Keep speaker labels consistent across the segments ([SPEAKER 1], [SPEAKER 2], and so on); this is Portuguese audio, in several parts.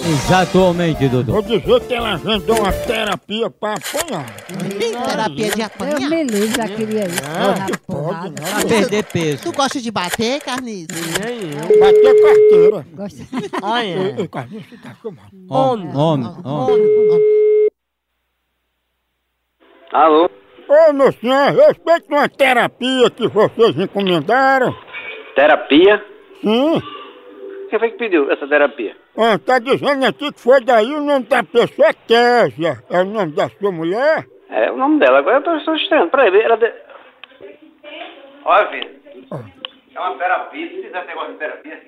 [SPEAKER 1] Exatamente, Dudu.
[SPEAKER 2] Vou dizer que ela agendou uma terapia pra apanhar.
[SPEAKER 3] Terapia de
[SPEAKER 4] Eu
[SPEAKER 3] apanhar.
[SPEAKER 4] me livro daquele aí.
[SPEAKER 2] Ah, que
[SPEAKER 4] Na
[SPEAKER 2] pode,
[SPEAKER 4] porrada.
[SPEAKER 1] Pra
[SPEAKER 2] né?
[SPEAKER 1] perder peso.
[SPEAKER 3] Tu gosta de bater, Carnice?
[SPEAKER 2] Bateu carteira.
[SPEAKER 4] Gosto.
[SPEAKER 2] Ei, ei, Carlinhos, você tá filmando.
[SPEAKER 1] Homem, homem, homem.
[SPEAKER 5] Alô?
[SPEAKER 2] Ô, meu senhor, respeito uma terapia que vocês encomendaram.
[SPEAKER 5] Terapia?
[SPEAKER 2] Sim.
[SPEAKER 5] Quem foi que pediu essa terapia?
[SPEAKER 2] Ah, tá dizendo aqui que foi daí o nome da pessoa é Késia. É o nome da sua mulher?
[SPEAKER 5] É o nome dela, agora eu tô, estou estranho. Peraí, vê, ela. De... Olha, filho.
[SPEAKER 2] Ah.
[SPEAKER 5] É uma terapia, se quiser você gosta de é terapia.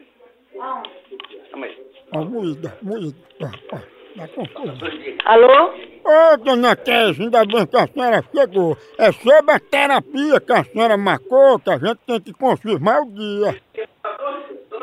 [SPEAKER 5] Calma aí.
[SPEAKER 2] Ó, moída, moída. Ó, ó, dá confusão.
[SPEAKER 6] Alô?
[SPEAKER 2] Ô, dona Késia, ainda bem que a senhora chegou. É sobre a terapia que a senhora marcou, que a gente tem que confirmar o dia.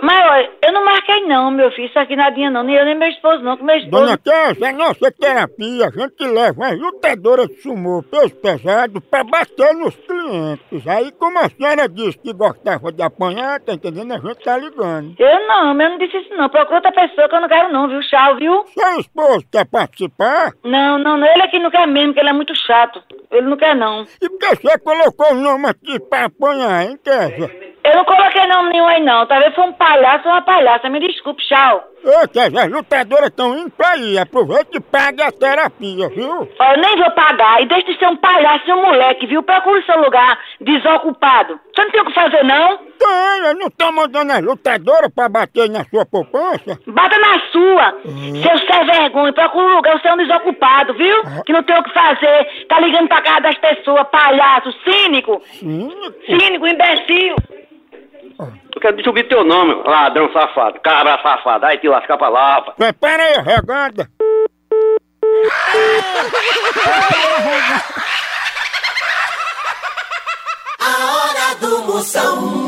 [SPEAKER 6] Mas olha, eu não marquei não, meu filho, isso aqui nadinha não, nem eu nem meu esposo não, que meu esposo...
[SPEAKER 2] Dona Késia, a nossa terapia, a gente leva uma lutadora de sumô, peso pesado, pra bater nos clientes. Aí, como a senhora disse que gostava de apanhar, tá entendendo? A gente tá ligando.
[SPEAKER 6] Eu não, eu não disse isso não, procura outra pessoa que eu não quero não, viu, tchau, viu?
[SPEAKER 2] Seu esposo quer participar?
[SPEAKER 6] Não, não, não, ele aqui não quer mesmo, que ele é muito chato, ele não quer não.
[SPEAKER 2] E por que você colocou o nome aqui pra apanhar, hein, Kézia?
[SPEAKER 6] Eu não coloquei nome nenhum aí não, talvez foi um palhaço ou uma palhaça, me desculpe, tchau.
[SPEAKER 2] Ô, Kézia, as lutadoras estão indo pra aí. Aproveita e paga a terapia, viu?
[SPEAKER 6] Ó, eu nem vou pagar, e deixa de ser um palhaço e um moleque, viu? Procure seu lugar desocupado. Você não tem o que fazer não?
[SPEAKER 2] Tem, eu não tô mandando as lutadoras pra bater na sua poupança.
[SPEAKER 6] Bata na sua, seu sem vergonha. Procura um lugar, você é um desocupado, viu? Que não tem o que fazer. Tá ligando pra casa das pessoas, palhaço, cínico,
[SPEAKER 2] Cínico.
[SPEAKER 6] cínico, imbecil.
[SPEAKER 5] Eu quero descobrir teu nome, ladrão safado, cabra safado. Aí te lascar pra lá, rapaz.
[SPEAKER 2] Prepara aí, regada.
[SPEAKER 7] A hora do Moção.